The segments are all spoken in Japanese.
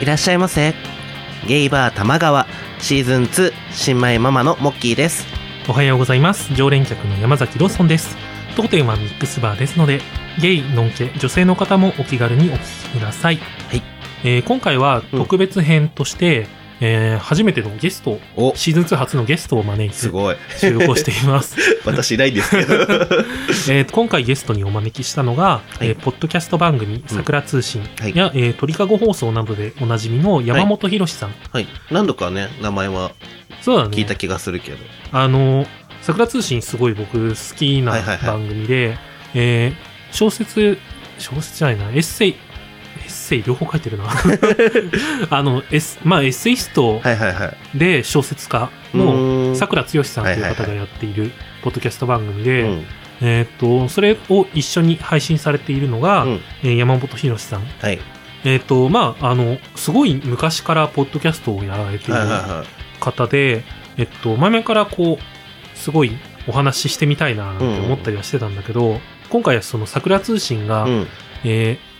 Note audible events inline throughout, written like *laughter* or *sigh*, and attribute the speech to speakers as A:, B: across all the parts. A: いらっしゃいませゲイバー玉川シーズン2新米ママのモッキーです
B: おはようございます常連客の山崎ロッソンです当店はミックスバーですのでゲイノンケ女性の方もお気軽にお聞きください、
A: はい
B: えー今回は特別編として、えー初めてのゲスト
A: お
B: シーズン2初のゲストを招いて
A: すごい
B: 収録をしています、
A: *laughs* 私いないんですけど
B: えー今回ゲストにお招きしたのが、
A: い
B: えーポッドキャスト番組「桜通信
A: はい」
B: や、えー鳥かご放送などでおなじみの山本博さん、
A: *laughs* はい何度かね名前は
B: そうだね
A: 聞いた気がするけど、
B: あの「桜通信」すごい僕好きな
A: はいはいはい
B: 番組で、えー小説小説じゃないなエッセイエッセイ両方書いて
A: *laughs*
B: るなあのエス、まあ、エッセイスト
A: はいはいはい
B: で小説家の
A: も
B: さくらつよしさんという
A: はいは
B: 方
A: いは
B: がやっているポッドキャスト番組
A: う
B: で、
A: ん
B: えーっとそれを一緒に配信されているのが、
A: うん
B: えー山本博さん
A: はい
B: えーっとまああのすごい昔からポッドキャストをやられている
A: はいはいはい
B: 方で、えっと、前々からこう、すごいお話ししてみたいなって思ったりはしてたんだけど、今回はその桜通信が、
A: うん
B: えー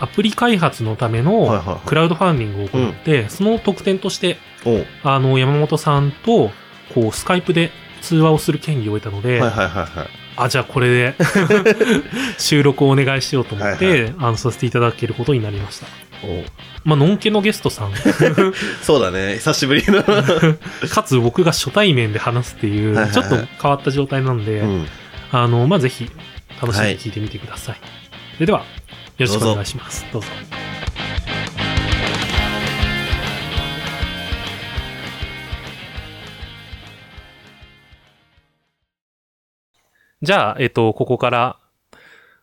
B: アプリ開発のた
A: は
B: め
A: い
B: の
A: はい
B: クラウドファンディングを行って、その特典として、
A: おう
B: あの、山本さんと、こう、スカイプで通話をする権利を得たので、
A: はいはいはいはい
B: あ、じゃあこれ
A: *laughs*
B: で収録をお願いしようと思って、
A: はい
B: あの、させていただけることになりました。
A: おう
B: まあ、のんけのゲスト
A: *laughs*
B: さん。
A: そうだね久しぶりの *laughs*
B: かつ僕が初対面で話すってい
A: はいは
B: う、
A: い
B: ちょっと変わった状態なんで、
A: うん
B: あの、まあ、ぜひ、楽しんで聞いてみてください。それでは、よろしく
A: どうぞ
B: お願いします。どうぞ。じゃあ、えっと、ここから、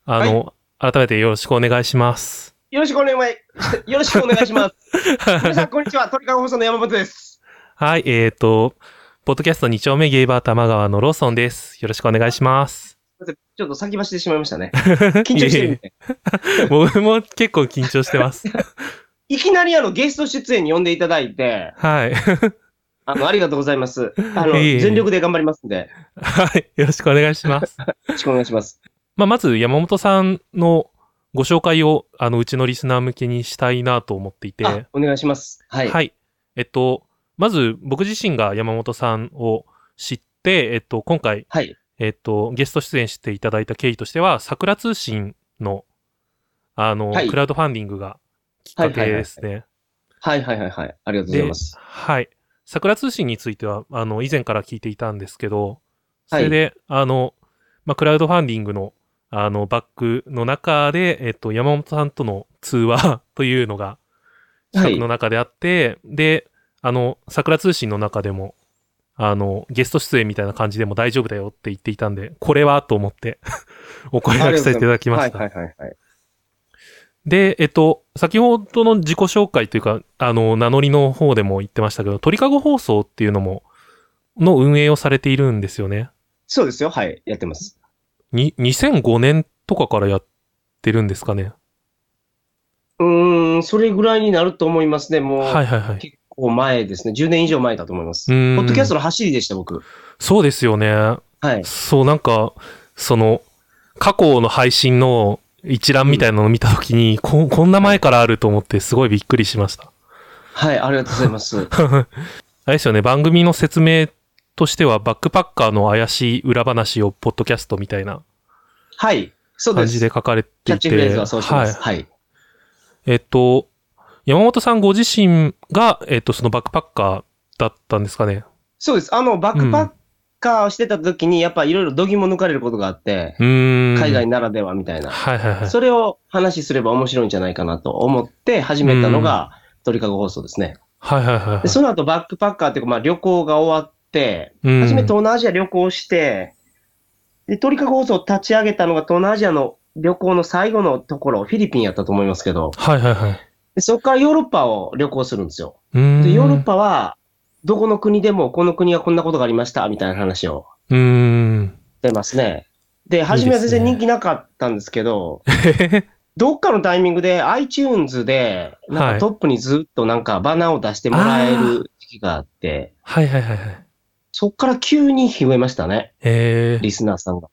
B: あの、改めてよろしくお願いします。
C: よろしくお願
B: *laughs*
C: い、よろしくお願いします。皆さん、こんにちは。鳥かご放送の山本です。
B: はい、えっ、ー、と、ポッドキャスト2丁目ゲイバー玉川のローソンです。よろしくお願いします。
C: すいませんちょっと先走ってしまいまし
B: *laughs*
C: たね。
B: 緊
C: 緊張してるみたい。
B: *laughs* 僕も結構緊張してます。
C: いきなりあの、ゲスト出演に呼んでいただいて、
B: はい。
C: あの、ありがとうございます。あの、
B: いえいえ
C: 全力で頑張りますんで、よ
B: はい。よろしくお願いします。
C: ろしくお願いします。
B: まあ、まず山本さんのご紹介を、あの、うちのリスナー向けにしたいなと思っていて、
C: あ、お願いします。はい。
B: はい。えっと、まず僕自身が山本さんを知って、えっと、今回、
C: はい。
B: えっと、ゲスト出演していただいた経緯としては、桜通信の、あの、
C: はい
B: クラウドファンディングがきっかけですね。
C: はい、はい、はい、はい。ありがとうございます。
B: はい。桜通信については、あの、以前から聞いていたんですけど、それで、あの、まあ、クラウドファンディングの、あの、バックの中で、えっと、山本さんとの通話 *laughs* というのが、
C: は
B: 企画
C: い
B: の。中であって、で、あの、桜通信の中でも、あの、ゲスト出演みたいな感じでも大丈夫だよって言っていたんで、これはと思って、 *laughs* お声掛けさせていただきま
C: は
B: し
C: い、
B: た。
C: はい、はい。はい
B: で、えっと、先ほどの自己紹介というか、あの、名乗りの方でも言ってましたけど、鳥かご放送っていうのも、の運営をされているんですよね。
C: そうですよ。はい。やってます。
B: に、2005年とかからやってるんですかね。
C: うーん、それぐらいになると思いますね。もう、
B: はいはいはい。
C: 結構前ですね。10年以上前だと思いま
B: う
C: す。ポ
B: ーん
C: ッドキャストの走りでした、僕。
B: そうですよね。
C: はい。
B: そう、なんか、その、過去の配信の一覧みたいなのを見たときに、こ、こんな前からあると思って、すごいびっくりしました。
C: はい、ありがとうございます。
B: あれですよね、番組の説明としては、バックパッカーの怪しい裏話をポッドキャストみたいな
C: はい。そう
B: 感
C: で
B: じ
C: す。
B: で書かれていて。
C: キャッチフレーズはそうします。
B: はい。
C: はい。
B: えっと、山本さんご自身が、えっと、そのバックパッカーだったんですかね。
C: そうです。あの、バックパッカーをしてた時に、やっぱいろいろ度肝抜かれることがあって、
B: うーん。
C: 海外ならではみたいな。
B: はいはいはい。
C: それを話しすれば面白いんじゃないかなと思って始めたのが、鳥かご放送ですね。
B: はいはいはいはい
C: で、。その後バックパッカーっていうか、まあ旅行が終わって、
B: うん
C: 初め東南アジア旅行して、で、鳥かご放送を立ち上げたのが東南アジアの旅行の最後のところ、フィリピンやったと思いますけど、
B: はいはいはい。
C: でそこからヨーロッパを旅行するんですよ。
B: うーん。
C: で、ヨーロッパは、どこの国でもこの国はこんなことがありました、みたいな話を
B: うーん。 *laughs*
C: してますね。で、初めは全然人気なかったんですけど、どっかのタイミングで iTunes で、なん
B: は
C: か
B: い
C: トップにずっとなんかバナーを出してもらえる時期があって、
B: はいはいはいはい。
C: そっから急に増えましたね、
B: えー、
C: リスナーさんが。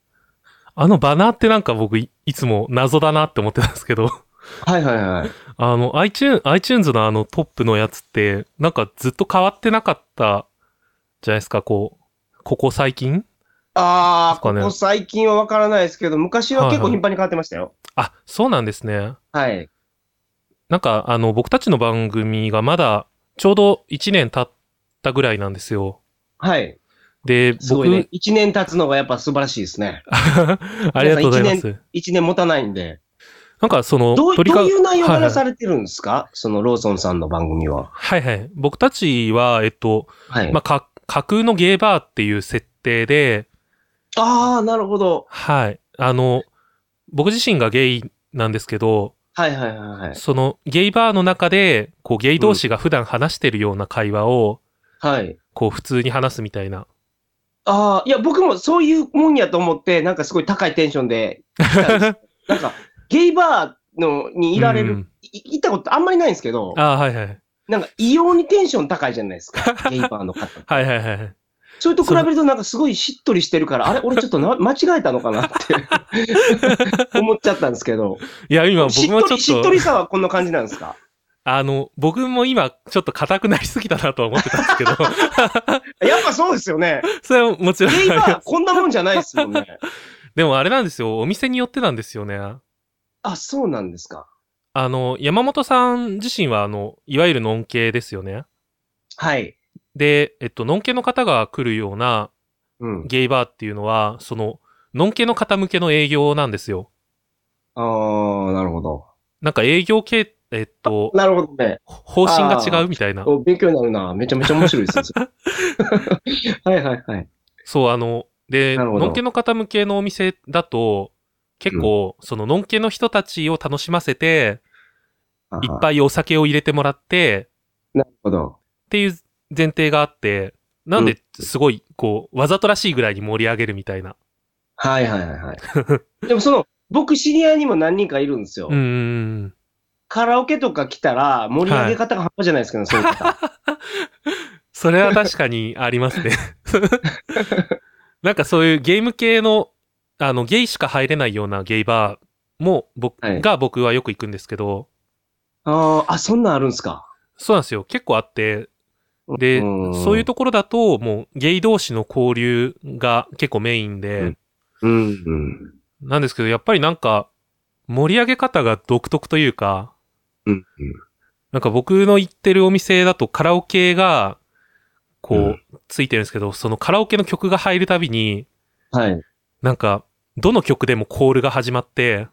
B: あのバナーってなんか僕いいつも謎だなって思ってたんですけど。 *laughs*
C: はいはいはい。
B: あの、iTunes、iTunes のあのトップのやつって、なんかずっと変わってなかったじゃないですか、こう、ここ最近
C: ああ、
B: ですか
C: こ
B: ね
C: こ最近はわからないですけど、昔は結構頻繁に変わってましたよ。
B: あ、そうなんですね。
C: はい。
B: なんか、あの、僕たちの番組がまだ、ちょうど1年経ったぐらいなんですよ。
C: はい。
B: で、
C: すご
B: 僕、
C: いね。1年経つのがやっぱ素晴らしいですね。
B: *laughs* ありがとうございます。
C: 1年持たないんで。
B: なんか、その、
C: どう
B: か
C: どういう内容を
B: はいはい
C: 話されてるんですか、そのローソンさんの番組は。
B: はいはい。僕たちは、えっと、
C: はい。
B: まあ、か架空のゲーバーっていう設定で、
C: ああ、なるほど。
B: はい。あの、僕自身がゲイなんですけど、
C: はいはいはいはい。
B: そのゲイバーの中で、こうゲイ同士が普段話してるような会話を、
C: はい。
B: こう普通に話すみたいな。
C: ああ、いや、僕もそういうもんやと思って、なんかすごい高いテンショ
B: *laughs*
C: ンで来たんですなんか、ゲイバーのにいられる、
B: うん
C: い行ったことあんまりないんですけど、
B: ああ、はいはい。
C: なんか異様にテンション高いじゃないで
B: *laughs*
C: すか、ゲイバーの方。
B: はいはいはい。
C: それと比べるとなんかすごいしっとりしてるから、あれ俺ちょっとな間違えたのかなっ
B: *laughs*
C: て思っちゃったんですけど、
B: いや、今僕
C: しっ
B: も
C: とり、
B: ち
C: し
B: ょ
C: っ
B: っ
C: と
B: と、
C: りさはこんな感じなんですか
B: あの、僕も今ちょっと硬くなりすぎたなとは思ってたんです
C: *laughs*
B: けど、
C: やっぱそうですよね。
B: それはもちろんあ
C: ゲイ
B: り
C: バ
B: ます
C: ーこんなもんじゃないですも
B: *laughs*
C: んね。
B: でもあれなんですよ、お店によってなんですよね。
C: あ、そうなんですか。
B: あの、山本さん自身は、あの、いわゆるノン系ですよね。
C: はい。
B: で、えっと、ノン系の方が来るような
C: うん。
B: ゲイバーっていうのは、その、ノン系の方向けの営業なんですよ。
C: ああ、なるほど。なん
B: なんか営業系、えっと、
C: なるほどね。
B: 方針が違うみたいな。
C: お勉強になるな。めちゃめちゃ面白いですよ。
B: *laughs*
C: はいはいはい。
B: そう、あの、で、
C: なるほど
B: ノン系の方向けのお店だと、結構、その、ノン系の人たちを楽しませて、
C: あ
B: い
C: ー
B: っぱいお酒を入れてもらって、
C: なるほど。
B: っていう前提があって、なん
C: う
B: で、すごい、こう、わざとらしいぐらいに盛り上げるみたいな。
C: はいはいは
B: *laughs*
C: いはい。でもその、僕知り合いにも何人かいるんですよ。
B: うーん。
C: カラオケとか来たら盛り上げ方が半端じゃないですけど、そういう方。
B: *laughs* それは確かにありますね。 *laughs* なんかそういうゲーム系の、あの、ゲイしか入れないようなゲイバーも、僕、
C: はい
B: が僕はよく行くんですけど、
C: あーあ、そんなんあるんですか。
B: そうなんですよ。結構あって、で、
C: うん
B: そういうところだと、もうゲイ同士の交流が結構メインで、
C: うんうん、うん。
B: なんですけど、やっぱりなんか、盛り上げ方が独特というか、
C: うんうん。
B: なんか僕の行ってるお店だとカラオケが、こう、
C: うん
B: ついてるんですけど、そのカラオケの曲が入るたびに、
C: はい。
B: なんか、どの曲でもコールが始まって、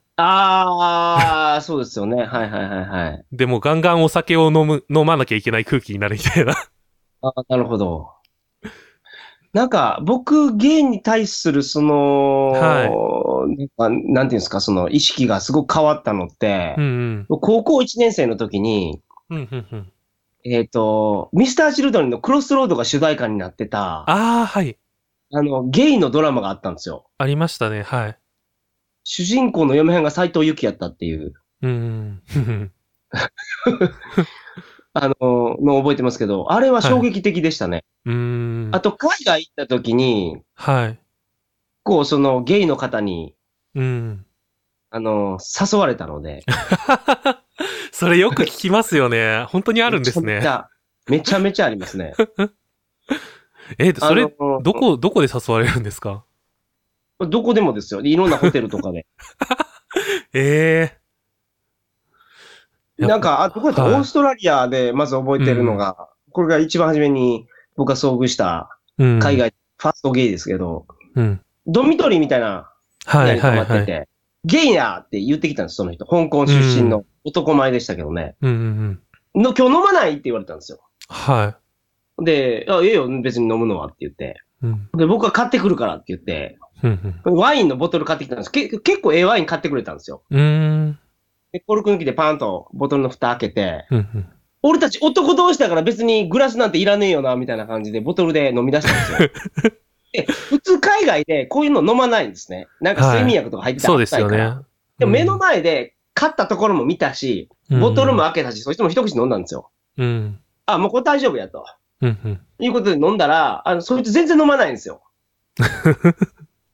C: ああ、そうですよね。はいはいはいはい。
B: でもガンガンお酒を飲む、飲まなきゃいけない空気になるみたいな。
C: あーなるほど。なんか、僕、ゲイに対する、その、なんかなんていうんですか、その、意識がすごく変わったのって
B: う、ん
C: 高校1年生の時に、
B: うん。うんうんうん。
C: えっ、と、ミスター・チルドレンのクロスロードが主題歌になってた、あ
B: ああ、はい。
C: の、ゲイのドラマがあったんですよ。
B: ありましたね、はい。
C: 主人公の嫁はんが斎藤由貴やったっていう、
B: うんうん。
C: あの、のを覚えてますけど、あれは衝撃的でしたね。
B: うーん。
C: あと、海外行った時に、
B: はい。
C: こう、その、ゲイの方に、
B: うん。
C: あの、誘われたので。
B: *laughs* それよく聞きますよね。本当にあるんです
C: めち
B: ね。
C: ゃめちゃめちゃめちゃありま
B: *laughs*
C: すね。
B: え、それ、
C: あの
B: どこ、どこで誘われるんですか
C: どこでもですよ。いろんなホテルと
B: *laughs*
C: かで。
B: ええ
C: なん、か、あ、どこやった
B: はい
C: オーストラリアでまず覚えてるのが、これが一番初めに僕が遭遇した
B: うん
C: 海。外、ファーストゲイですけど、
B: うん。
C: ドミトリーみたいな部
B: は
C: 屋
B: い、
C: に泊
B: は
C: ま
B: い、
C: って
B: はい。
C: て、ゲイやって言ってきたんです、その人。香港出身の男前でしたけどね。
B: うんうんうん。
C: の今日飲まないって言われたんですよ。
B: は
C: で、あ、ええよ、別に飲むのはって言って。
B: い。うん。
C: で、僕は買ってくるからって言って、
B: うん
C: ワインのボトル買ってきたんです。け結構ええワイン買ってくれたんですよ。
B: うん。うーん。
C: で、コルク抜きでパンとボトルの蓋開けて、
B: うんうん。
C: 俺たち男同士だから別にグラスなんていらねえよな、みたいな感じでボトルで飲み出したんですよ。
B: *laughs*
C: で、普通海外でこういうの飲まないんですね。なんか睡眠薬とか入ってた
B: そ
C: ら
B: うですよ
C: 危ないから
B: ね。
C: でも目の前で買ったところも見たし、
B: うん
C: ボトルも開けたし、そいつも一口飲んだんですよ。
B: うん。
C: あ、もうこれ大丈夫やと。
B: うんうん。
C: いうことで飲んだら、あの、そいつ全然飲まないんで
B: *laughs*
C: すよ。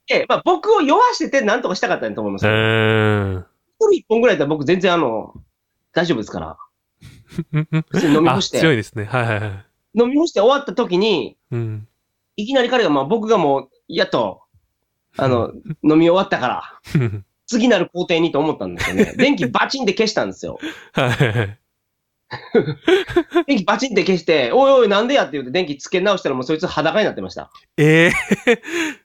C: で、まあ僕を酔わしててなんとかしたかったんだと思います
B: う
C: よ。
B: ーん。
C: 普トル1本ぐらいだったら僕全然あの、大丈夫ですから。普通に飲み
B: あ、
C: 干して、
B: 強いですね。はいはいはい。
C: 飲み干して終わった時に、
B: うん。 *laughs*
C: いきなり彼が、まあ僕がもう、やっと、
B: *laughs*
C: あの、飲み終わったから、次なる工程にと思ったんです
B: *laughs*
C: よね。電気バチンって消したんですよ。
B: はいはいはい。
C: 電気バチンって消して、おいおいなんでやって言うて電気つけ直したらもうそいつ裸になってました。
B: え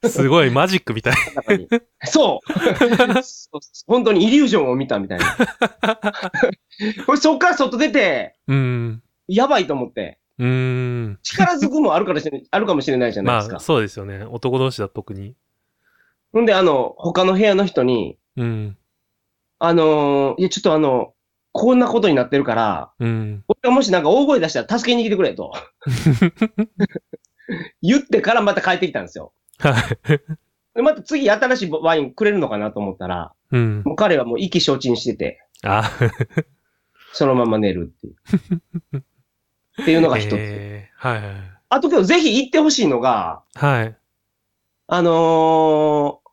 B: え *laughs* すごいマジックみたい。 *laughs*
C: 裸にそうそう本当にイリュージョンを見たみたいな。これそっから外出て、
B: うん。
C: やばいと思って。
B: うーん。
C: 力ずくもあるから
B: *laughs*
C: しれあるかもしれないじゃないです
B: ま
C: か。
B: あ、そうですよね。男同士だと特に。
C: ほんで、あの、他の部屋の人に、
B: うん。
C: あのーいや、ちょっとあの、こんなことになってるから、
B: うん。
C: 俺がもしなんか大声出したら助けに来てくれと。言ってからまた帰ってきたんですよ。
B: はい。
C: で、また次新しいワインくれるのかなと思ったら、
B: うん。
C: もう彼はもう意気承知にしてて、
B: あ、
C: そのまま寝るっていう。っていうのが一つ。
B: えーはいはいはい。
C: あと今日ぜひ行ってほしいのが、
B: はい。
C: あのー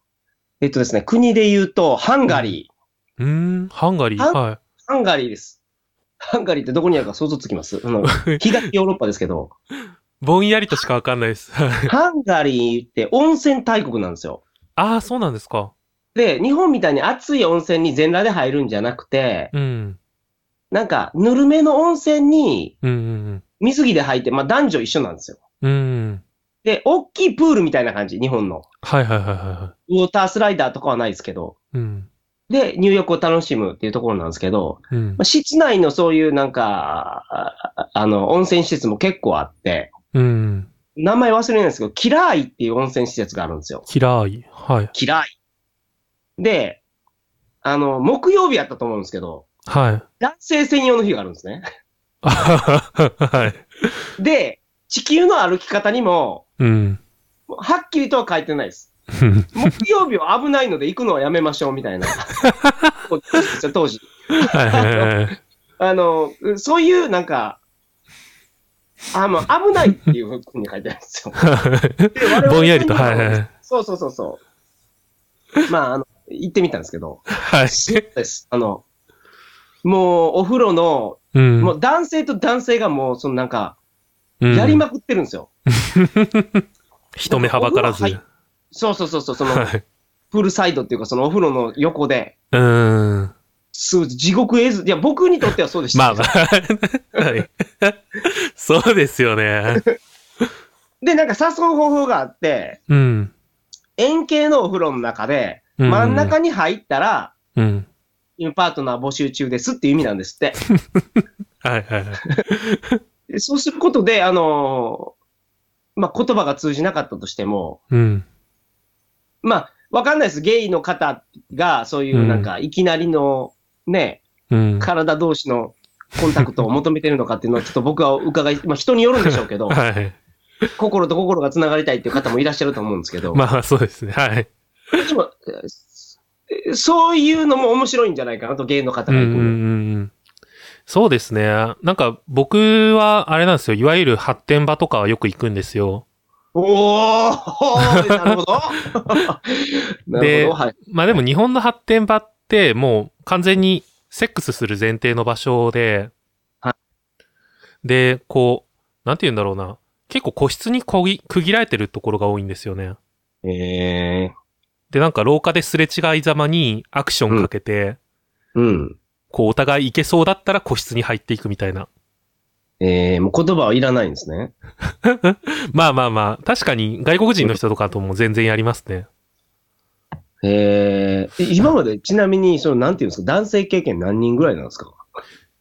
C: えっとですね、国で言うと、ハンガリー。
B: うーん、ハンガリー。
C: ハン
B: は
C: ハンガリーです。ハンガリーってどこにあるか想像つきますあの東ヨーロッパですけど、
B: い。ぼんやりとしかわかんないです。 *laughs* はい
C: ハンガリーって温泉大国なんですよ。
B: ああ、そうなんですか。
C: で、日本みたいに熱い温泉に全裸で入るんじゃなくて、
B: うん。
C: なんか、ぬるめの温泉に
B: うんうん
C: 水着で入って、まあ男女一緒なんですよ。
B: うん。うん。
C: で、大きいプールみたいな感じ、日本の。
B: はいはいはいはいは
C: ウォータースライダーとかはないですけど。
B: い。うん。
C: で、入浴を楽しむっていうところなんですけど、
B: うん
C: まあ。室内のそういうなんか、ああの、温泉施設も結構あって、
B: うん。
C: 名前忘れないんですけど、キラーイっていう温泉施設があるんですよ。
B: 嫌い。はい。
C: キラーイ。で、あの、木曜日やったと思うんですけど、
B: はい。
C: 男性専用の日があるんですね。
B: あははははい。
C: で、地球の歩き方にも、
B: うん。
C: はっきりとは書いてないです。木曜日は危ないので行くのはやめましょうみた *laughs* いな。当時。
B: はいはいはいはい。
C: あの、そういうなんか、あ、まあ、危ないっていうふうに書いてあるんですよ。 *laughs* で我々
B: ぼんやりと、はいはいはい。
C: そうそうそうそう。まあ、あの、行ってみたんですけど、
B: はい。
C: そうです。あの、もうお風呂の、
B: うん。
C: もう男性と男性がもう、そのなんか、
B: うん
C: やりまくってるんですよ。
B: 人目はばからず。
C: お
B: は
C: 風呂そうそうそうそう、その、
B: い。
C: プールサイドっていうか、そのお風呂の横で、
B: うーん。
C: そう、地獄絵図、いや、僕にとってはそうでし
B: ま
C: た。
B: あまあ。はい。そうですよね。
C: で、なんか誘う方法があって、
B: うん。
C: 円形のお風呂の中で、
B: うん
C: 真ん中に入ったら、
B: うん。
C: 今パートナー募集中ですっていう意味なんですって。
B: はいはいはい。
C: でそうすることで、あのーまあ、言葉が通じなかったとしても、
B: うん。
C: まあ、わかんないです。ゲイの方が、そういうなんか、いきなりの、ね、
B: うん。
C: 体同士のコンタクトを求めてるのかっていうのは、ちょっと僕は伺い、まあ、人によるんでしょうけど、
B: はい。
C: 心と心が繋がりたいっていう方もいらっしゃると思うんですけど、
B: まあそうですね。はい。
C: でもえーそういうのも面白いんじゃないかなと、ゲイの方
B: うん
C: が
B: う
C: 行
B: ん
C: く
B: うん
C: の。
B: うん。そうですね。なんか僕はあれなんですよ。いわゆる発展場とかはよく行くんですよ。
C: おーなるほどなる
B: で
C: ほど、はい。
B: まあでも日本の発展場ってもう完全にセックスする前提の場所で、
C: は
B: で、こう、なんて言うんだろうな。結構個室にこぎ区切られてるところが多いんですよね。
C: えー、
B: で、なんか廊下ですれ違いざまにアクションかけて、
C: うん。
B: こうお互い行けそうだったら個室に入っていくみたいな。
C: えー、もう言葉はいらないんですね。
B: まあまあまあ、確かに外国人の人とかとも全然やりますね。
C: えー、今までちなみに、その、なんていうんですか、男性経験何人ぐらいなんですか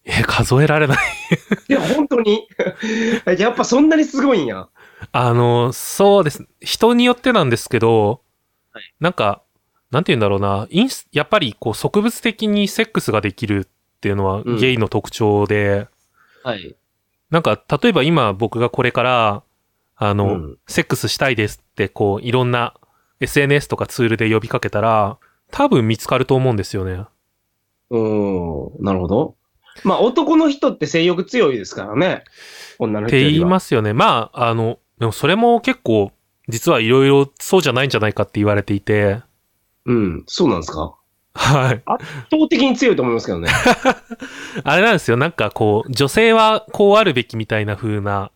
B: え、数えられない。 *laughs*
C: いや、本当に。 *laughs* やっぱそんなにすごいんや。
B: あの、そうです。人によってなんですけど、
C: はい
B: なんか、なんて言うんだろうな、インス、やっぱりこう植物的にセックスができるっていうのは
C: うん
B: ゲイの特徴で、
C: はい。
B: なんか、例えば今僕がこれから、あの、
C: うん
B: セックスしたいですって、こう、いろんな SNS とかツールで呼びかけたら、多分見つかると思うんですよね。
C: うーん、なるほど。まあ、男の人って性欲強いですからね。女の
B: っ
C: 人
B: て
C: よ
B: 言
C: り
B: い
C: は。
B: ますよね。まあ、あの、でもそれも結構、実はいろいろそうじゃないんじゃないかって言われていて、
C: うん、そうなんですか
B: はい。
C: 圧倒的に強いと思いますけ *laughs* どね。
B: あれなんですよ。なんかこう、女性はこうあるべきみたいな風な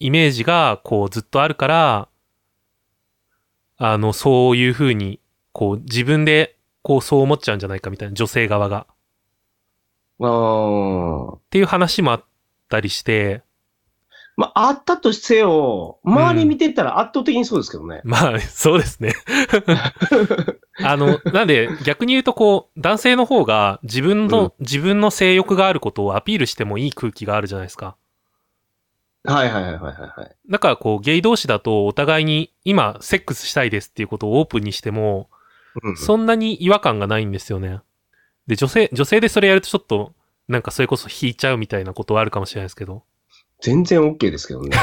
B: イメージがこうずっとあるから、あの、そういう風に、こう自分でこうそう思っちゃうんじゃないかみたいな、女性側が。
C: あー
B: っていう話もあったりして、
C: まあ、あったとせよ、周り見てたら圧倒的にそうですけどね。
B: まあ、そうです
C: *laughs*
B: ね。あの、なんで、逆に言うと、こう、男性の方が自分の、
C: うん
B: 自分の性欲があることをアピールしてもいい空気があるじゃないですか。
C: はいはいはいはいはい。
B: だから、こう、ゲイ同士だと、お互いに、今、セックスしたいですっていうことをオープンにしても、
C: うん
B: そんなに違和感がないんですよね。で、女性、女性でそれやるとちょっと、なんかそれこそ引いちゃうみたいなことはあるかもしれないですけど。
C: 全然 OK ですけど *laughs* ね。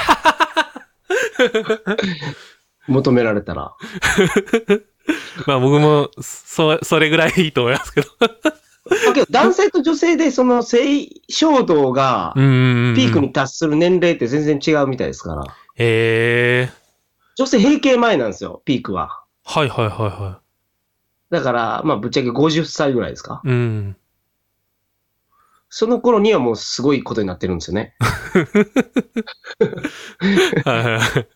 C: 求められたら。
B: まあ僕も、そ、それぐらいいいと思いますけど。
C: だけど男性と女性でその性衝動が
B: うんうんうん。
C: ピークに達する年齢って全然違うみたいですから。
B: へえ。
C: 女性閉経前なんですよ、ピークは。
B: はいはいはいは
C: だから、まあぶっちゃけ50歳ぐらいですか。
B: い。うん。
C: その頃にはもうすごいことになってるんですよね。
B: はいはいはい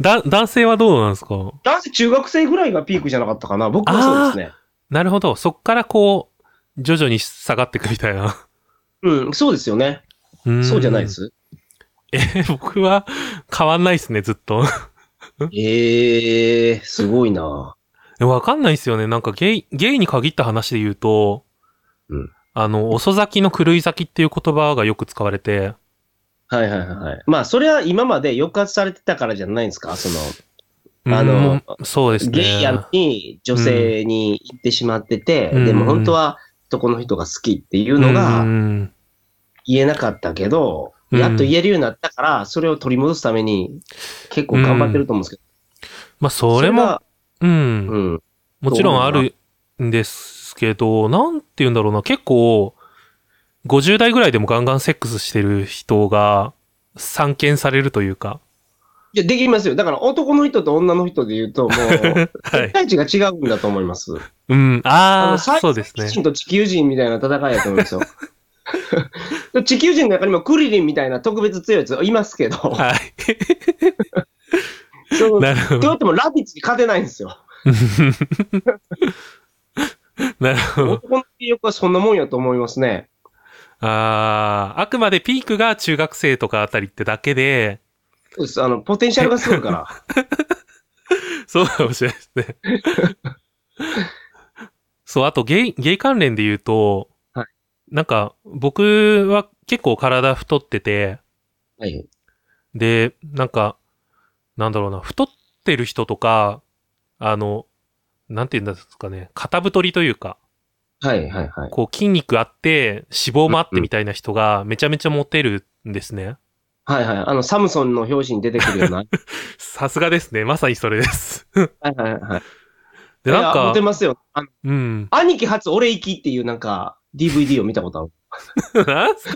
B: だ、男性はどうなんですか
C: 男性中学生ぐらいがピークじゃなかったかな。僕はそうですね。
B: なるほど。そっからこう、徐々に下がっていくみたいな。
C: うん、そうですよね。
B: ん
C: そうじゃないで。す。
B: えー、僕は変わんないですね、ずっと。
C: ええー、すごいな
B: でもわかんないですよね。なんかゲイ、ゲイに限った話で言うと、
C: うん
B: あの、遅咲きの狂い咲きっていう言葉がよく使われて、
C: はいはいはいはい。まあ、それは今まで抑圧されてたからじゃないんですかその、
B: うん
C: あの、
B: そうですね。
C: ゲイやのに女性に行ってしまってて、
B: うん
C: でも本当は男の人が好きっていうの
B: うん
C: が
B: うんうん
C: 言えなかったけど、
B: うん
C: やっと言えるようになったから、それを取り戻すために結構頑張ってると思うんですけど。
B: まあ、それ
C: が
B: も、うん。
C: うん。
B: もちろんあるんですけど、なんて言うんだろうな、結構、50代ぐらいでもガンガンセックスしてる人が散見されるというか。
C: いや、できますよ。だから男の人と女の人で言うと、もう、
B: は
C: 絶
B: い。
C: 対値が違うんだと思います。
B: うん。ああ、
C: 最
B: そうですね。
C: 人と地球人みたいな戦いだと思うんで
B: *laughs*
C: すよ。地球人の中にもクリリンみたいな特別強いやついますけど、
B: はい。
C: そのど
B: なるほ
C: うや
B: ど。
C: ってもラビッツに勝てないんですよ。
B: なるほど。
C: 男の魅力はそんなもんやと思いますね。
B: ああ、あくまでピークが中学生とかあたりってだけで、
C: そうですあの、ポテンシャルがすごいから。
B: そうかもしれないですね。そう、あとゲイ、ゲイ関連で言うと、
C: はい
B: なんか、僕は結構体太ってて、
C: はい。
B: で、なんか、なんだろうな、太ってる人とか、あの、なんて言うんですかね、肩太りというか、
C: はい、はい、はい。
B: こう筋肉あって、脂肪もあってみたいな人がめちゃめちゃモテるんですね。
C: はい、はい。あの、サムソンの表紙に出てくるよ
B: *laughs*
C: うな。
B: さすがですね、まさにそれです。
C: はい、はい、はい。
B: で、なん
C: いやモ
B: か
C: テ、ますよ。あの
B: うん。
C: 兄貴初俺行きっていうなんか、DVD を見たことある。
B: なんす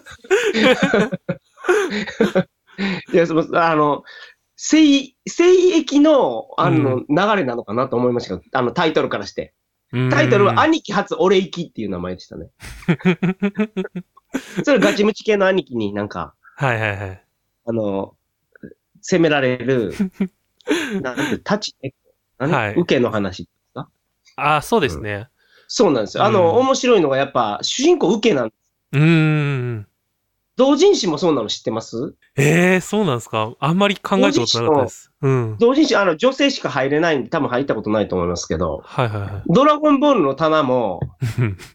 C: いや、その、あの、聖、聖域の、あ
B: う
C: の、流れなのかなと思いましたけど、あの、タイトルからして。タイトルは、兄貴初俺行きっていう名前でした
B: *laughs*
C: ね。それガチムチ系の兄貴になんか、
B: うんはいはいはい。
C: あの、責められ
B: *laughs*
C: る、なんて、タチね、何、
B: はい
C: 受けの話。
B: ああ、そうですね。
C: そうなんですよ。あの、
B: うん
C: 面白いのがやっぱ、主人公受けなん
B: うーん。
C: 同人誌もそうなの知ってます
B: ええー、そうなんですか。あんまり考えたことなかったです。うん。
C: 同人誌、あの、女性しか入れないんで、多分入ったことないと思いますけど、
B: はいはいはい。
C: ドラゴンボールの棚も、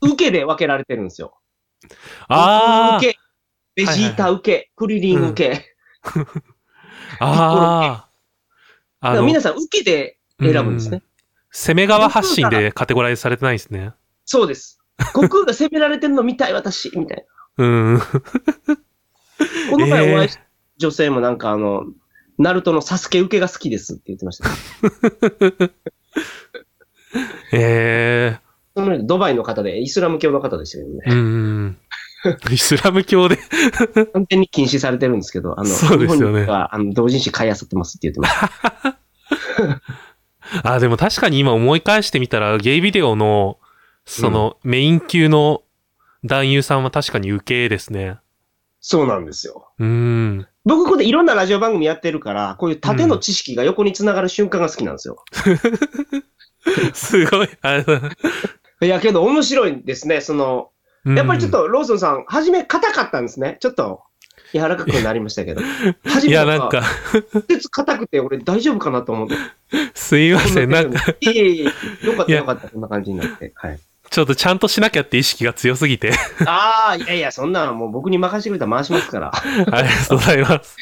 C: 受けで分けられてるんですよ。
B: あ
C: 受け、ベジータ受け、クリリン受け。
B: あ、ああ。
C: だ
B: あ
C: から
B: の
C: 皆さん受けで選ぶんですね。
B: う攻め側発信でカテゴライズされてないですね。
C: そうです。悟空が攻められてるの見たい私、みたい
B: うん。はい
C: な。この前お会いした女性もなんかあの、ナルトのサスケ受けが好きですって言ってました。
B: え
C: そのドバイの方で、イスラム教の方でしたけどね
B: え。うん。イスラム教で。
C: 完全に禁止されてるんですけど、あの、
B: そうですよね
C: 日本はあの同人誌買い漁ってますって言ってました。
B: あ、でも確かに今思い返してみたら、ゲイビデオの、その、メイン級の男優さんは確かに受けですね。
C: そうなんですよ。
B: うー
C: *laughs*
B: ん。
C: 僕、ここでいろんなラジオ番組やってるから、こういう縦の知識が横に繋がる瞬間が好きなんですよ。
B: すごい。あの
C: いや、けど面白いですね。その、やっぱりちょっ、とローソンさん、初め硬かったんですね。ちょっと柔らかくなりましたけど。
B: うん
C: 初
B: い
C: め
B: や、
C: は
B: なんか、
C: 直接硬くて俺大丈夫かなと
B: *laughs*
C: 思って。
B: すいません。なんか、
C: か。いえいえいえ、よか
B: い
C: った
B: や
C: よかった。こんな感じになって。はい。
B: ちょっとちゃんとしなきゃって意識が強すぎて。 *laughs*
C: ああ、いやいや、そんなのもう僕に任せてくれたら回しますから。
B: ありがとうございます。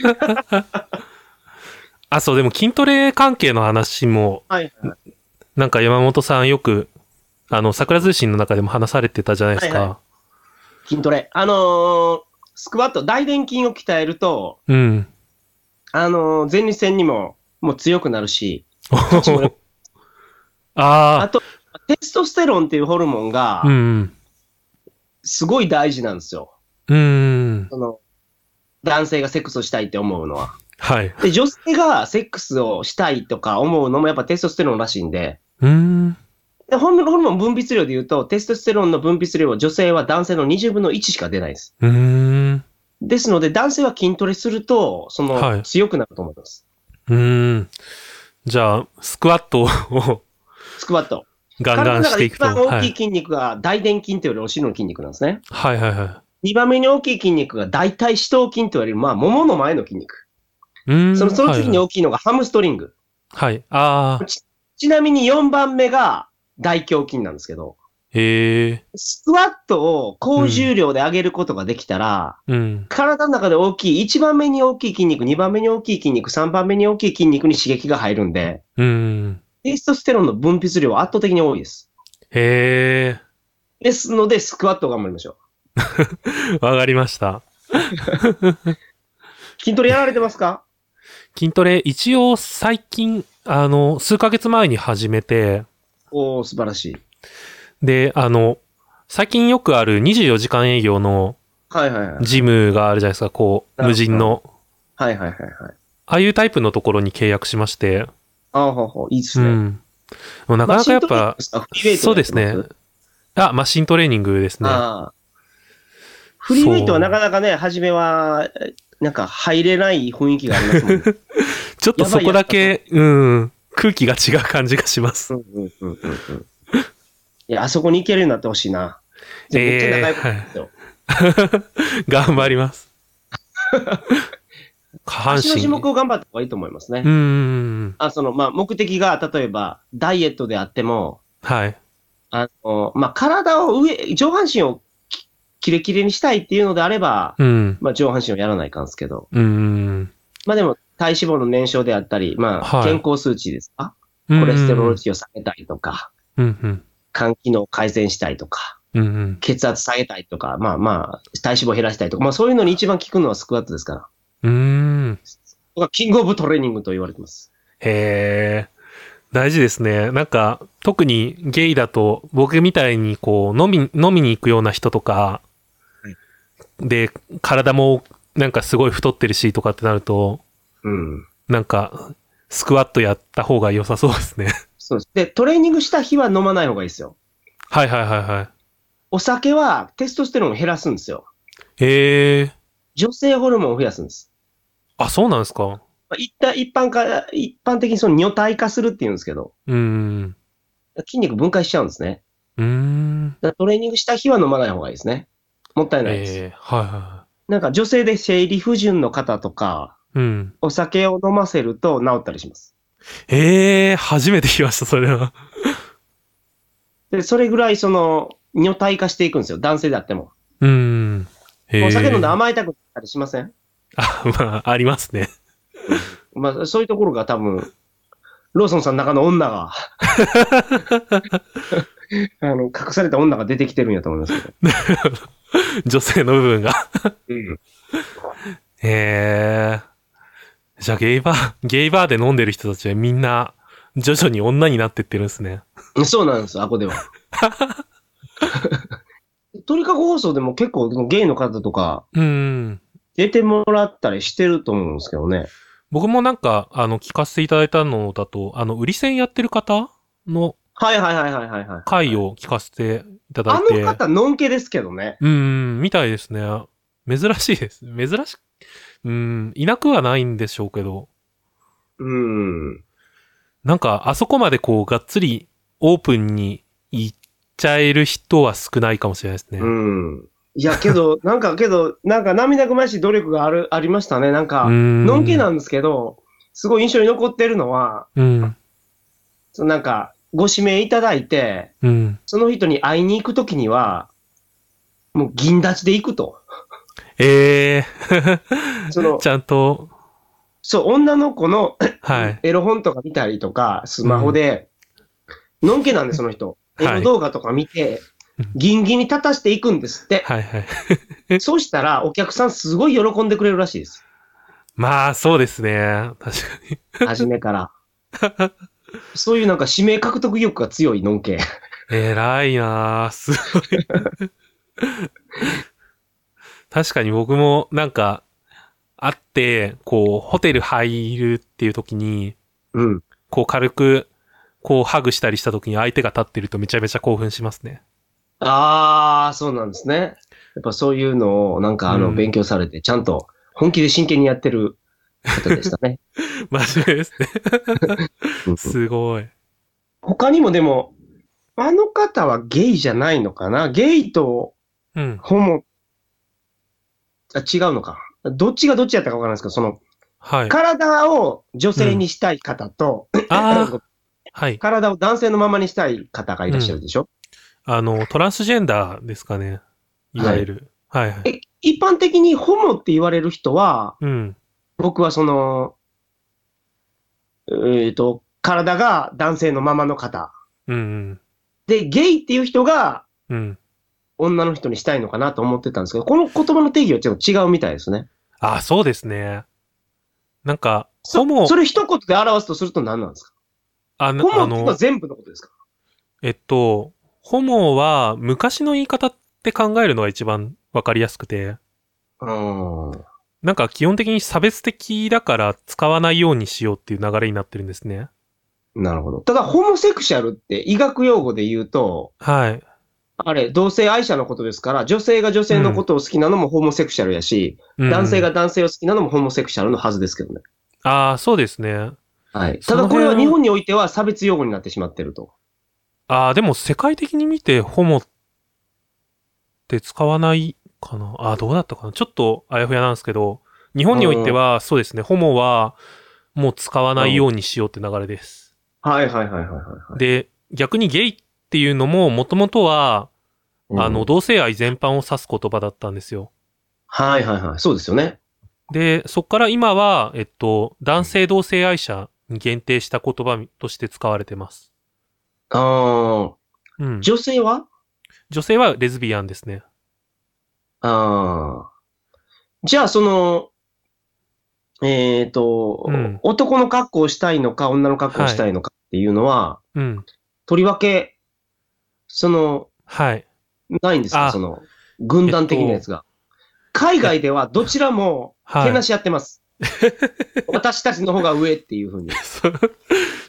B: *laughs* あ、そう、でも筋トレ関係の話も、
C: はい。
B: なんか山本さんよく、あの、桜通信の中でも話されてたじゃないですか。
C: はい筋トレ。あのースクワット、大臀筋を鍛えると、
B: うん。
C: あのー前立腺にも、もう強くなるし、あ
B: *laughs* あ
C: と、テストステロンっていうホルモンが
B: あ、う、ん。
C: すごい大事なんですよ。
B: うん。
C: その、男性がセックスをしたいって思うのは。
B: はい。
C: で、女性がセックスをしたいとか思うのもやっぱテストステロンらしいんで、
B: うん。
C: でホルモンホルモン分泌量で言うと、テストステロンの分泌量は女性は男性の20分の1しか出ないです。
B: うん。
C: ですので、男性は筋トレすると、その、
B: はい
C: 強くなると思います。
B: うん。じゃあ、スクワットを *laughs*
C: スクワット。
B: ガンガンしていくと。
C: 体の中で一
B: は
C: 番大きい
B: い。
C: 筋肉が大臀筋というよりお尻の筋肉なんですね。
B: はいはいは
C: 2番目に大きい筋肉が大腿四頭筋というより、まあ、ももの前の筋肉。
B: い。うん。
C: その、その次に
B: はい
C: 大きいのがハムストリング。
B: はい、はい。ああ。
C: ちなみに4番目が大胸筋なんですけど、
B: へえ。
C: スクワットを高重量で上げることができたら、
B: うん。
C: 体の中で大きい、1番目に大きい筋肉、2番目に大きい筋肉、3番目に大きい筋肉に刺激が入るんで、
B: うん。
C: テストステロンの分泌量は圧倒的に多いです。
B: へえ。
C: ですので、スクワットを頑張りましょ
B: わかりました。
C: う。筋トレやられてます
B: *laughs*
C: か
B: 筋トレ、一応最近、あの、数ヶ月前に始めて、
C: おー、素晴らしい。
B: で、あの、最近よくある24時間営業の
C: はいはいはい。
B: ジムがあるじゃないですか、こう、
C: なる
B: 無
C: ほど
B: 人の。
C: はいはいはいはい。
B: ああいうタイプのところに契約しまして、
C: ああ、ほうほう、いいです
B: う
C: ね。
B: ん。もうなかなかやっぱ、そうですね。あ、マシントレーニングですね。
C: ああ。フリーウェイトはなかなかね、初めは、えなんか入れない雰囲気がありますもんね。
B: ちょっとそこだけ、うん、空気が違う感じがします。
C: うんうんうんうんうん *laughs* いや、あそこに行けるようになってほしいな。めっちゃ仲良くなるんですよ。
B: 頑張り
C: *laughs*
B: ます。下半
C: 足の
B: 身。
C: 種目
B: う
C: を頑張った方がいいと思いますね。
B: ん。
C: あその、まあ、目的が、例えば、ダイエットであっても、
B: はい。
C: あの、まあ、体を上、上半身をきキレキレにしたいっていうのであれば、
B: うん。
C: まあ、上半身をやらないかんですけど、
B: うん。
C: まあ、でも、体脂肪の燃焼であったり、まあ、
B: はい
C: 健康数値ですか、コレステロール
B: 値。
C: 値を下げたいとか、
B: うんうん。
C: 肝機能改善したいとか、
B: うんうん。
C: 血圧下げたいとか、まあまあ、体脂肪減らしたいとか、まあそういうのに一番効くのはスクワットですから。
B: うん。
C: 僕はキングオブトレーニングと言われてます。
B: へえ。大事ですね。なんか、特にゲイだと、僕みたいにこう、飲み、飲みに行くような人とか、で、体もなんかすごい太ってるしとかってなると、
C: うん。
B: なんか、スクワットやった方が良さそうですね。 *laughs*
C: そうです。で、トレーニングした日は飲まない方がいいですよ。
B: はいはいはいはい。
C: お酒はテストステロンを減らすんですよ。
B: へえ。
C: 女性ホルモンを増やすんです。
B: あ、そうなんですか。
C: まあ、一旦一般化、一般的にその女体化するっていうんですけど、
B: うん。
C: 筋肉分解しちゃうんですね。
B: うーん。
C: だからトレーニングした日は飲まない方がいいですね。もったいないです。
B: ええ。はいはいは
C: なんか女性で生理不順の方とか、
B: い。うん。
C: お酒を飲ませると治ったりします。
B: ええ、初めて聞きました、それは。
C: で、それぐらいその、女体化していくんですよ。男性であっても。
B: うん。へえ
C: お酒飲んで甘えたくなったりしません
B: あ、まあ、ありますね。 *laughs*
C: まあ、そういうところが多分、ローソンさんの中の
B: *laughs*
C: 女が、あの、隠された女が出てきてるんやと思いますけど。
B: 女性の部分が。
C: うん。
B: へえ。じゃあゲイバー、ゲイバーで飲んでる人たちはみんな、徐々に女になってってるんですね。
C: そうなんですよ、あこで
B: *laughs*
C: は。鳥かご放送でも結構ゲイの方とか
B: うん。
C: 出てもらったりしてると思うんですけどね。
B: 僕もなんか、あの、聞かせていただいたのだと、あの、売り線やってる方の
C: はいはいはいはいはいはい。
B: 回を聞かせていただ
C: あ
B: いて。
C: の方、のんけですけどね。
B: うーん、みたいですね。珍しいです。珍し、うーん、いなくはないんでしょうけど。
C: うん。
B: なんか、あそこまでこう、がっつりオープンに行っちゃえる人は少ないかもしれないですね。
C: うん。いや、けど、 *laughs* なんか、けど、なんか涙ぐましい努力がある、ありましたね。なんか、
B: ん
C: のんけなんですけど、すごい印象に残ってるのは、
B: うん。
C: そのなんか、ご指名いただいて、
B: うん。
C: その人に会いに行くときには、もう銀立ちで行くと。
B: ええ
C: そ
B: *laughs*
C: の
B: ちゃんと、
C: そう、女の子の
B: はい。
C: *laughs* エロ本とか見たりとか、スマホで、のんけなんで、その人。
B: *laughs* はい
C: エロ動画とか見
B: *laughs*
C: て
B: うん、
C: ギンギンに立たしていくんですって。
B: はいはい。
C: そうしたら、お客さんすごい喜んでくれるらしいです。
B: まあ、そうですね。確かに。
C: 初めから。そういうなんか指名獲得意欲が強いのんけ。
B: 偉いなあすごい。確かに僕もなんか、会って、こう、ホテル入るっていう時に、
C: うん。
B: こう軽く、こうハグしたりした時に相手が立ってるとめちゃめちゃ興奮しますね。
C: あー、そうなんですね。やっぱそういうのをなんかあ
B: う
C: の、
B: ん
C: 勉強されて、ちゃんと本気で真剣にやってる方でしたね。
B: 真面目ですね。
C: うん
B: すごい。
C: 他にもでも、あの方はゲイじゃないのかなゲイと
B: うん。
C: ホモ、あ、違うのか。どっちがどっちやったかわからないですけど、その、
B: はい。
C: 体を女性にしたい方と、
B: ああ、はい。
C: 体を男性のままにしたい方がいらっしゃるでしょ、
B: あの、トランスジェンダーですかね。いわゆる。はい、はい、
C: え、一般的にホモって言われる人は、
B: うん。
C: 僕はその、えっ、と、体が男性のままの方。
B: うん。
C: で、ゲイっていう人が
B: うん。うん。
C: 女の人にしたいのかなと思ってたんですけど、この言葉の定義はちょっと違うみたいですね。
B: ああ、そうですね。なんか、ホモ
C: そ、れ一言で表すとすると何なんですか
B: あ
C: ホモって
B: の、あ
C: いうのは
B: の、
C: 全部のことですか
B: えっと、ホモは昔の言い方って考えるのが一番わかりやすくて、
C: うーん。
B: なんか基本的に差別的だから使わないようにしようっていう流れになってるんですね。
C: なるほど。ただ、ホモセクシャルって医学用語で言うと、
B: はい。
C: あれ、同性愛者のことですから、女性が女性のことを好きなのもホモセクシャルやし、
B: うん
C: 男性。が男性を好きなのもホモセクシャルのはずですけどね。
B: ああ、そうですね。
C: はい。
B: そ
C: た
B: の
C: だこれは
B: 辺
C: 日本においては差別用語になってしまってると。
B: ああ、でも世界的に見てホモって使わないかな。ああ、どうだったかな。ちょっとあやふやなんですけど、日本においては、そうですね、ホモはもう使わないようにしようって流れです。
C: はいはいはいはいはい。
B: で、逆にゲイっていうのも、もともとは、
C: うん
B: あの、同性愛全般を指す言葉だったんですよ。
C: はいはいはい。そうですよね。
B: で、そこから今は、えっと、男性同性愛者に限定した言葉として使われてます。
C: あ
B: うん
C: ー。女性は
B: 女性はレズビアンですね。
C: あー。じゃあ、その、えっ、と、
B: うん
C: 男の格好をしたいのか、女の格好をしたいのかっていうのは、
B: うん。
C: とりわけ、その、
B: はい。 *laughs*
C: ないんです
B: あ
C: かその、軍団的なやつが。海外ではどちらも、
B: はい
C: けなしやって *laughs* ます。私たちの方が上っていうふうに。
B: そ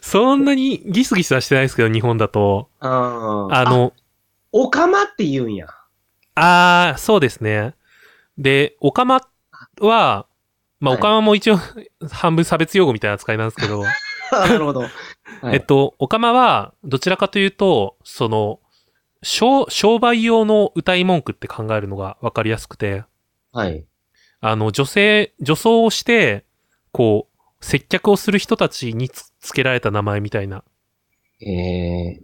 B: そんなにギスギスはしてないですけど、日本だと。
C: あー
B: あ、の、
C: おかまって言うんや。
B: あー、そうですね。で、オカマは、まあ、
C: はい
B: オカマも一応、半分差別用語みたいな扱いなんですけど、
C: *laughs* なるほど。はい
B: えっと、オカマは、どちらかというと、その、商、商売用の歌い文句って考えるのがわかりやすくて、
C: はい。
B: あの、女性、女装をして、こう、接客をする人たちにつつけられた名前みたいな
C: え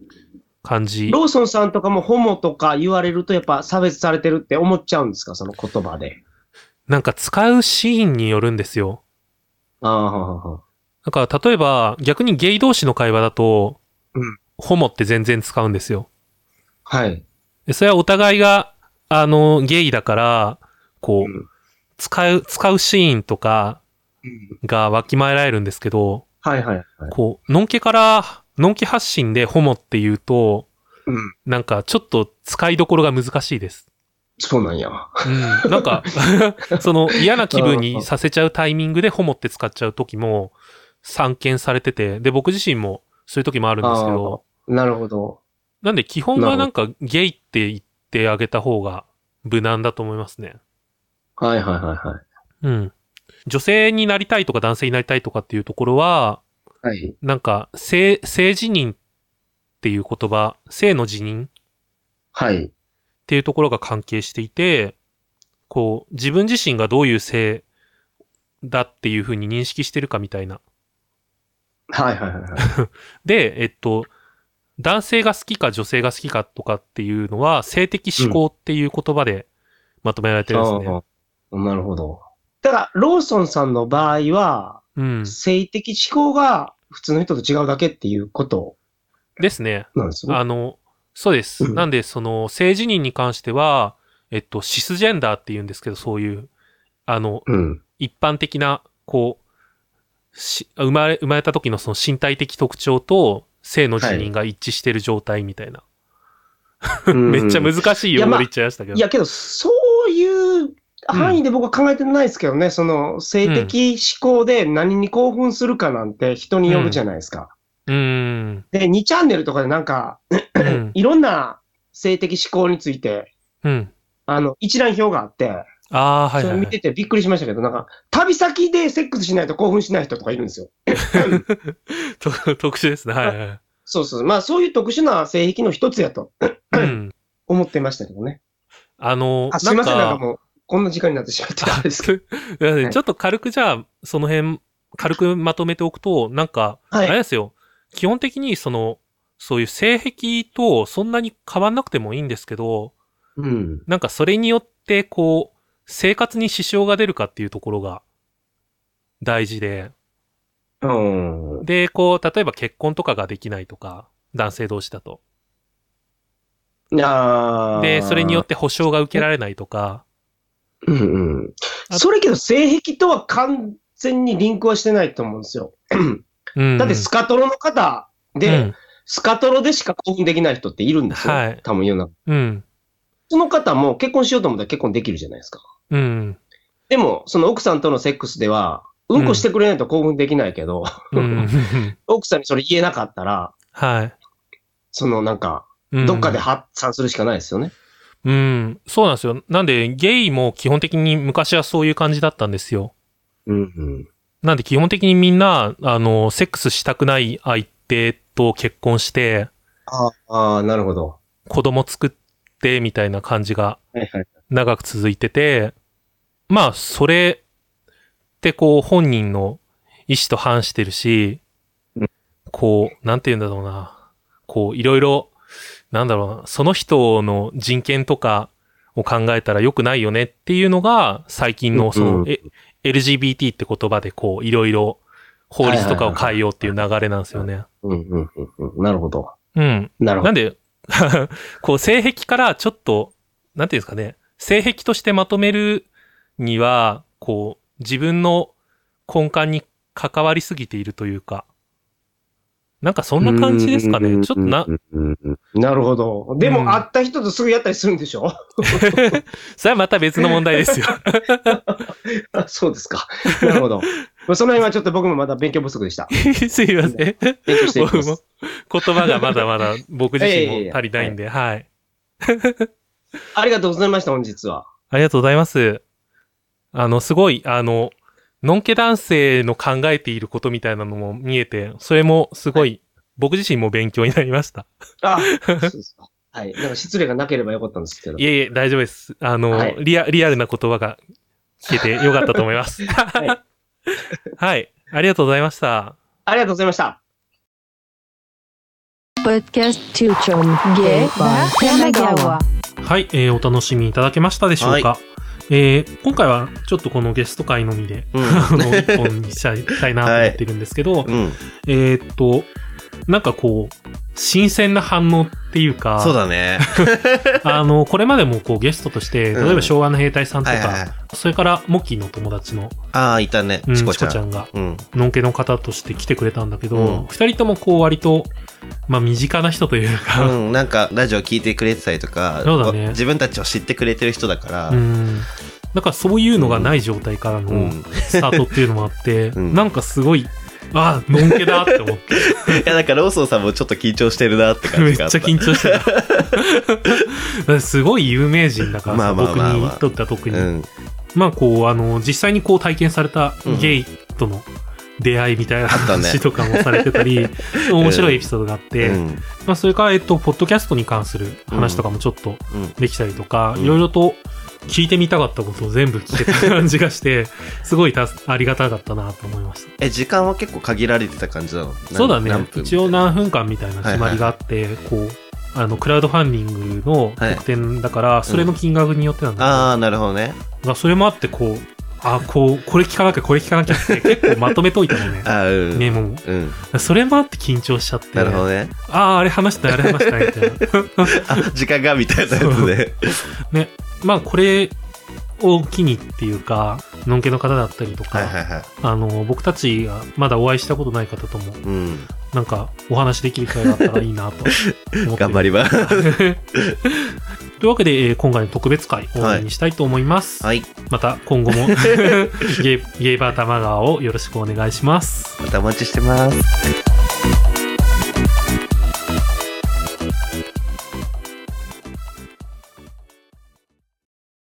B: 感じ
C: ー、。ローソンさんとかもホモとか言われるとやっぱ差別されてるって思っちゃうんですかその言葉で。
B: なんか使うシーンによるんですよ。
C: ああ、ははは
B: だから、例えば、逆にゲイ同士の会話だと、
C: うん
B: ホモって全然使うんですよ。
C: はい。
B: でそれはお互いが、あの、ゲイだから、こう、
C: うん
B: 使う、使うシーンとか
C: うん
B: がわきまえられるんですけど、
C: はいはいはい。
B: こう、のんけから、のんけ発信でホモって言うと、
C: うん。
B: なんか、ちょっと使いどころが難しいです。
C: そうなんや。
B: うん。なんか、 *laughs* その嫌な気分にさせちゃうタイミングでホモって使っちゃう時も、散見されてて、で、僕自身もそういう時もあるんですけど、
C: なるほど。
B: なんで基本はなんかゲイって言ってあげた方が無難だと思いますね。
C: はいはいはいはい。
B: うん。女性になりたいとか男性になりたいとかっていうところは、
C: はい。
B: なんか性、性自認っていう言葉、性の自認っ
C: はい。
B: ていうところが関係していて、こう、自分自身がどういう性だっていうふうに認識してるかみたいな。
C: はいはいはいはい。
B: で、えっと、男性が好きか女性が好きかとかっていうのは、性的指向っていう言葉でまとめられてるんですね。
C: ああなるほど。だから、ローソンさんの場合は、
B: うん。
C: 性的思考が普通の人と違うだけっていうこと
B: ですね。
C: なんですね。
B: あの、そうです。
C: うん
B: なんで、その、性自認に関しては、えっと、シスジェンダーって言うんですけど、そういう、あの、
C: うん。
B: 一般的な、こう、し生まれ、生まれた時のその身体的特徴と、性の自認が一致してる状態みたいな。 *laughs* めっちゃ
C: むず
B: 難しいよ、
C: いやまあ
B: 俺言っちゃいましたけど。
C: いや、けど、そういう範囲で僕は考えてないですけどね、その、性的思考で何に興奮するかなんて人によるじゃないですか。
B: うーん。
C: で、2チャンネルとかでなんか、
B: うん。
C: いろんな性的思考について、
B: うん。
C: あの、一覧表があって、
B: ああ、はい
C: そ
B: は
C: れ
B: い、は
C: 見
B: い。
C: ててびっくりしましたけど、なんか、旅先でセックスしないと興奮しない人とかいるんですよ。
B: と特殊ですね。はいはい。
C: そうそう。まあ、そういう特殊な性癖の一つやと
B: うん。
C: 思ってましたけどね。
B: あの、
C: あすいません、なんかもう、こんな時間になってしまってたんですけど。
B: いやね
C: はい
B: ちょっと軽くじゃあ、その辺、軽くまとめておくと、なんか、
C: は
B: あれ
C: い。
B: ですよ。基本的に、その、そういう性癖とそんなに変わんなくてもいいんですけど、
C: うん。
B: なんかそれによって、こう、生活に支障が出るかっていうところが大事で、
C: うん。
B: で、こう、例えば結婚とかができないとか、男性同士だと。
C: あー
B: で、それによって保障が受けられないとか、
C: うんうん。
B: あ
C: それけど、性癖とは完全にリンクはしてないと思うんですよ。
B: うん。
C: だって、スカトロの方で、
B: うん
C: スカトロでしか興奮できない人っているんですよ。
B: はい
C: 多分世の中。
B: うん。
C: その方も結婚しようと思ったら結婚できるじゃないですか。
B: うん。
C: でも、その奥さんとのセックスでは、うんこしてくれないと興奮できないけど、
B: うん。
C: *laughs* 奥さんにそれ言えなかったら、
B: はい。
C: そのなんか、
B: うん
C: どっかで発散するしかないですよね。
B: うん、そうなんですよ。なんで、ゲイも基本的に昔はそういう感じだったんですよ。
C: うん、うん。
B: なんで、基本的にみんな、あの、セックスしたくない相手と結婚して、
C: ああー、なるほど。
B: 子供作って、みたいな感じが
C: はいはい。
B: 長く続いてて、まあ、それってこう、本人の意思と反してるし
C: う、
B: こう、なんて言うんだろうな。こう、いろいろ、なんだろうな、その人の人権とかを考えたら良くないよねっていうのが、最近のその、
C: うん
B: え LGBT って言葉でこう、いろいろ法律とかを変えようっていう流れなんですよね。
C: うん、うん、うんうん。なるほど。
B: うん。
C: なるほ
B: なん
C: ど。
B: で、 *laughs* こう、性癖からちょっと、なんていうんですかね、性癖としてまとめるには、こう、自分の根幹に関わりすぎているというか、なんかそんな感じですか
C: うん
B: ね。ちょっとな
C: う、んうんうんなるほど。でも、
B: うん
C: 会った人とすぐやったりするんでしょ *laughs*
B: *laughs* それはまた別の問題ですよ。 *laughs*
C: あそうですか。なるほど。 *laughs* まあその辺はちょっと僕もまだ勉強不足でした。
B: すいません。
C: 勉強していき
B: 僕
C: ま
B: も
C: す。
B: 言葉がまだまだ僕自
C: いやいやい
B: 身も
C: や
B: 足りないんで、はい。
C: ありがとうございました、本日は。
B: ありがとうございます。あの、すごい、あの、のんけ男性の考えていることみたいなのも見えて、それもすごい、僕自身も勉強になりました。 *laughs*
C: あ、そうですか。はい。なんか失礼がなければよかったんですけど
B: い。えいえ、大丈夫です。あの、
C: はい
B: リアリアルな言葉が聞けてよかったと思います。
C: い
B: はい。ありがとうございました。
C: ありがとうございました。
D: Podcast Tuchon Gay Bar Tamagawa.
B: はい、えーお楽しみいただけましたでしょうか、えー今回はちょっとこのゲスト会のみで、
A: うん
B: *laughs* あの、一本にしたいしたいなと思ってるんですけど、
A: うん。
B: えーっと、なんかこう、新鮮な反応っていうか、
A: そうだね。
B: あの、これまでもこうゲストとして、
A: うん
B: 例えば昭和の兵隊さんと
A: は
B: か、
A: いはいはい。
B: それからモッキーの友達の、
A: ああ、いたね
B: う。ん
A: チコ
B: チ
A: ちゃ
B: コちゃ
A: ん。
B: んが、
A: うん。
B: のんけの方として来てくれたんだけ
A: う
B: ど
A: ん、
B: 二、人ともこう割と、まあ身近な人という
A: う
B: か、
A: ん、なんかラジオ聞いてくれてたりとか、
B: そうだね
A: 自分たちを知ってくれてる人だから、
B: うん。なんかそういうのがない状態からの、
A: うん
B: スタートっていうのもあって、
A: うん
B: なんかすごい、あ、のんけだって思って。
A: いや、なんかローソンさんもちょっと緊張してるなって感
B: めっ
A: じ
B: ち
A: が
B: ゃ
A: あった。
B: 緊張してた。だってすごい有名人だから
A: まあ
B: さ、
A: まあ
B: 僕
A: まあま
B: に
A: あ
B: とっては特に。
A: うん。
B: まあこう、あの、実際にこう体験されたゲイとの出会いみたいな
A: あったね
B: 話とかもされて
A: *laughs*
B: たり、面白いエピソードがあって、
A: うん。
B: まあそれから、えっと、ポッドキャストに関する話とかもちょっと
A: うん。
B: できたりとか、
A: うん
B: いろいろと聞いてみたかったことを全部聞けた感じがして、すごいたすありがたかったなと思いました。
A: え、時間は結構限られてた感じなの
B: そうだね
A: 何。分
B: 一応何分間みたいな決まりがあって、こう、あの、クラウドファンディングの特典だから、それの金額によってなんだけど、
A: ああ、なるほどね。。
B: まあそれもあって、こう、あ、こう、これ聞かなきゃ、これ聞かなきゃって、結構まとめといたのね
A: ああ、うん。
B: メモ
A: うん。
B: も。それもあって緊張しちゃって。
A: なるほどね。
B: ああ、あれ話した、あれ話した、みたい
A: *laughs*
B: な。
A: あ、時間がみたいなやつで。
B: まあ、これを機にっていうか、のんけの方だったりとか、
A: はいはいはい。
B: あの、僕たちがまだお会いしたことない方とも、
A: うん。
B: なんかお話できる機会があったらいいなと思
A: *laughs*
B: って。
A: 頑張
B: り。
A: り
B: *laughs*
A: ます。
B: というわけで、えー今回の特別会、終わりにしたいと思います。
A: はい。
B: また今後も *laughs* ゲイ、ゲイバー玉川をよろしくお願いします。
A: またお待ちしてます。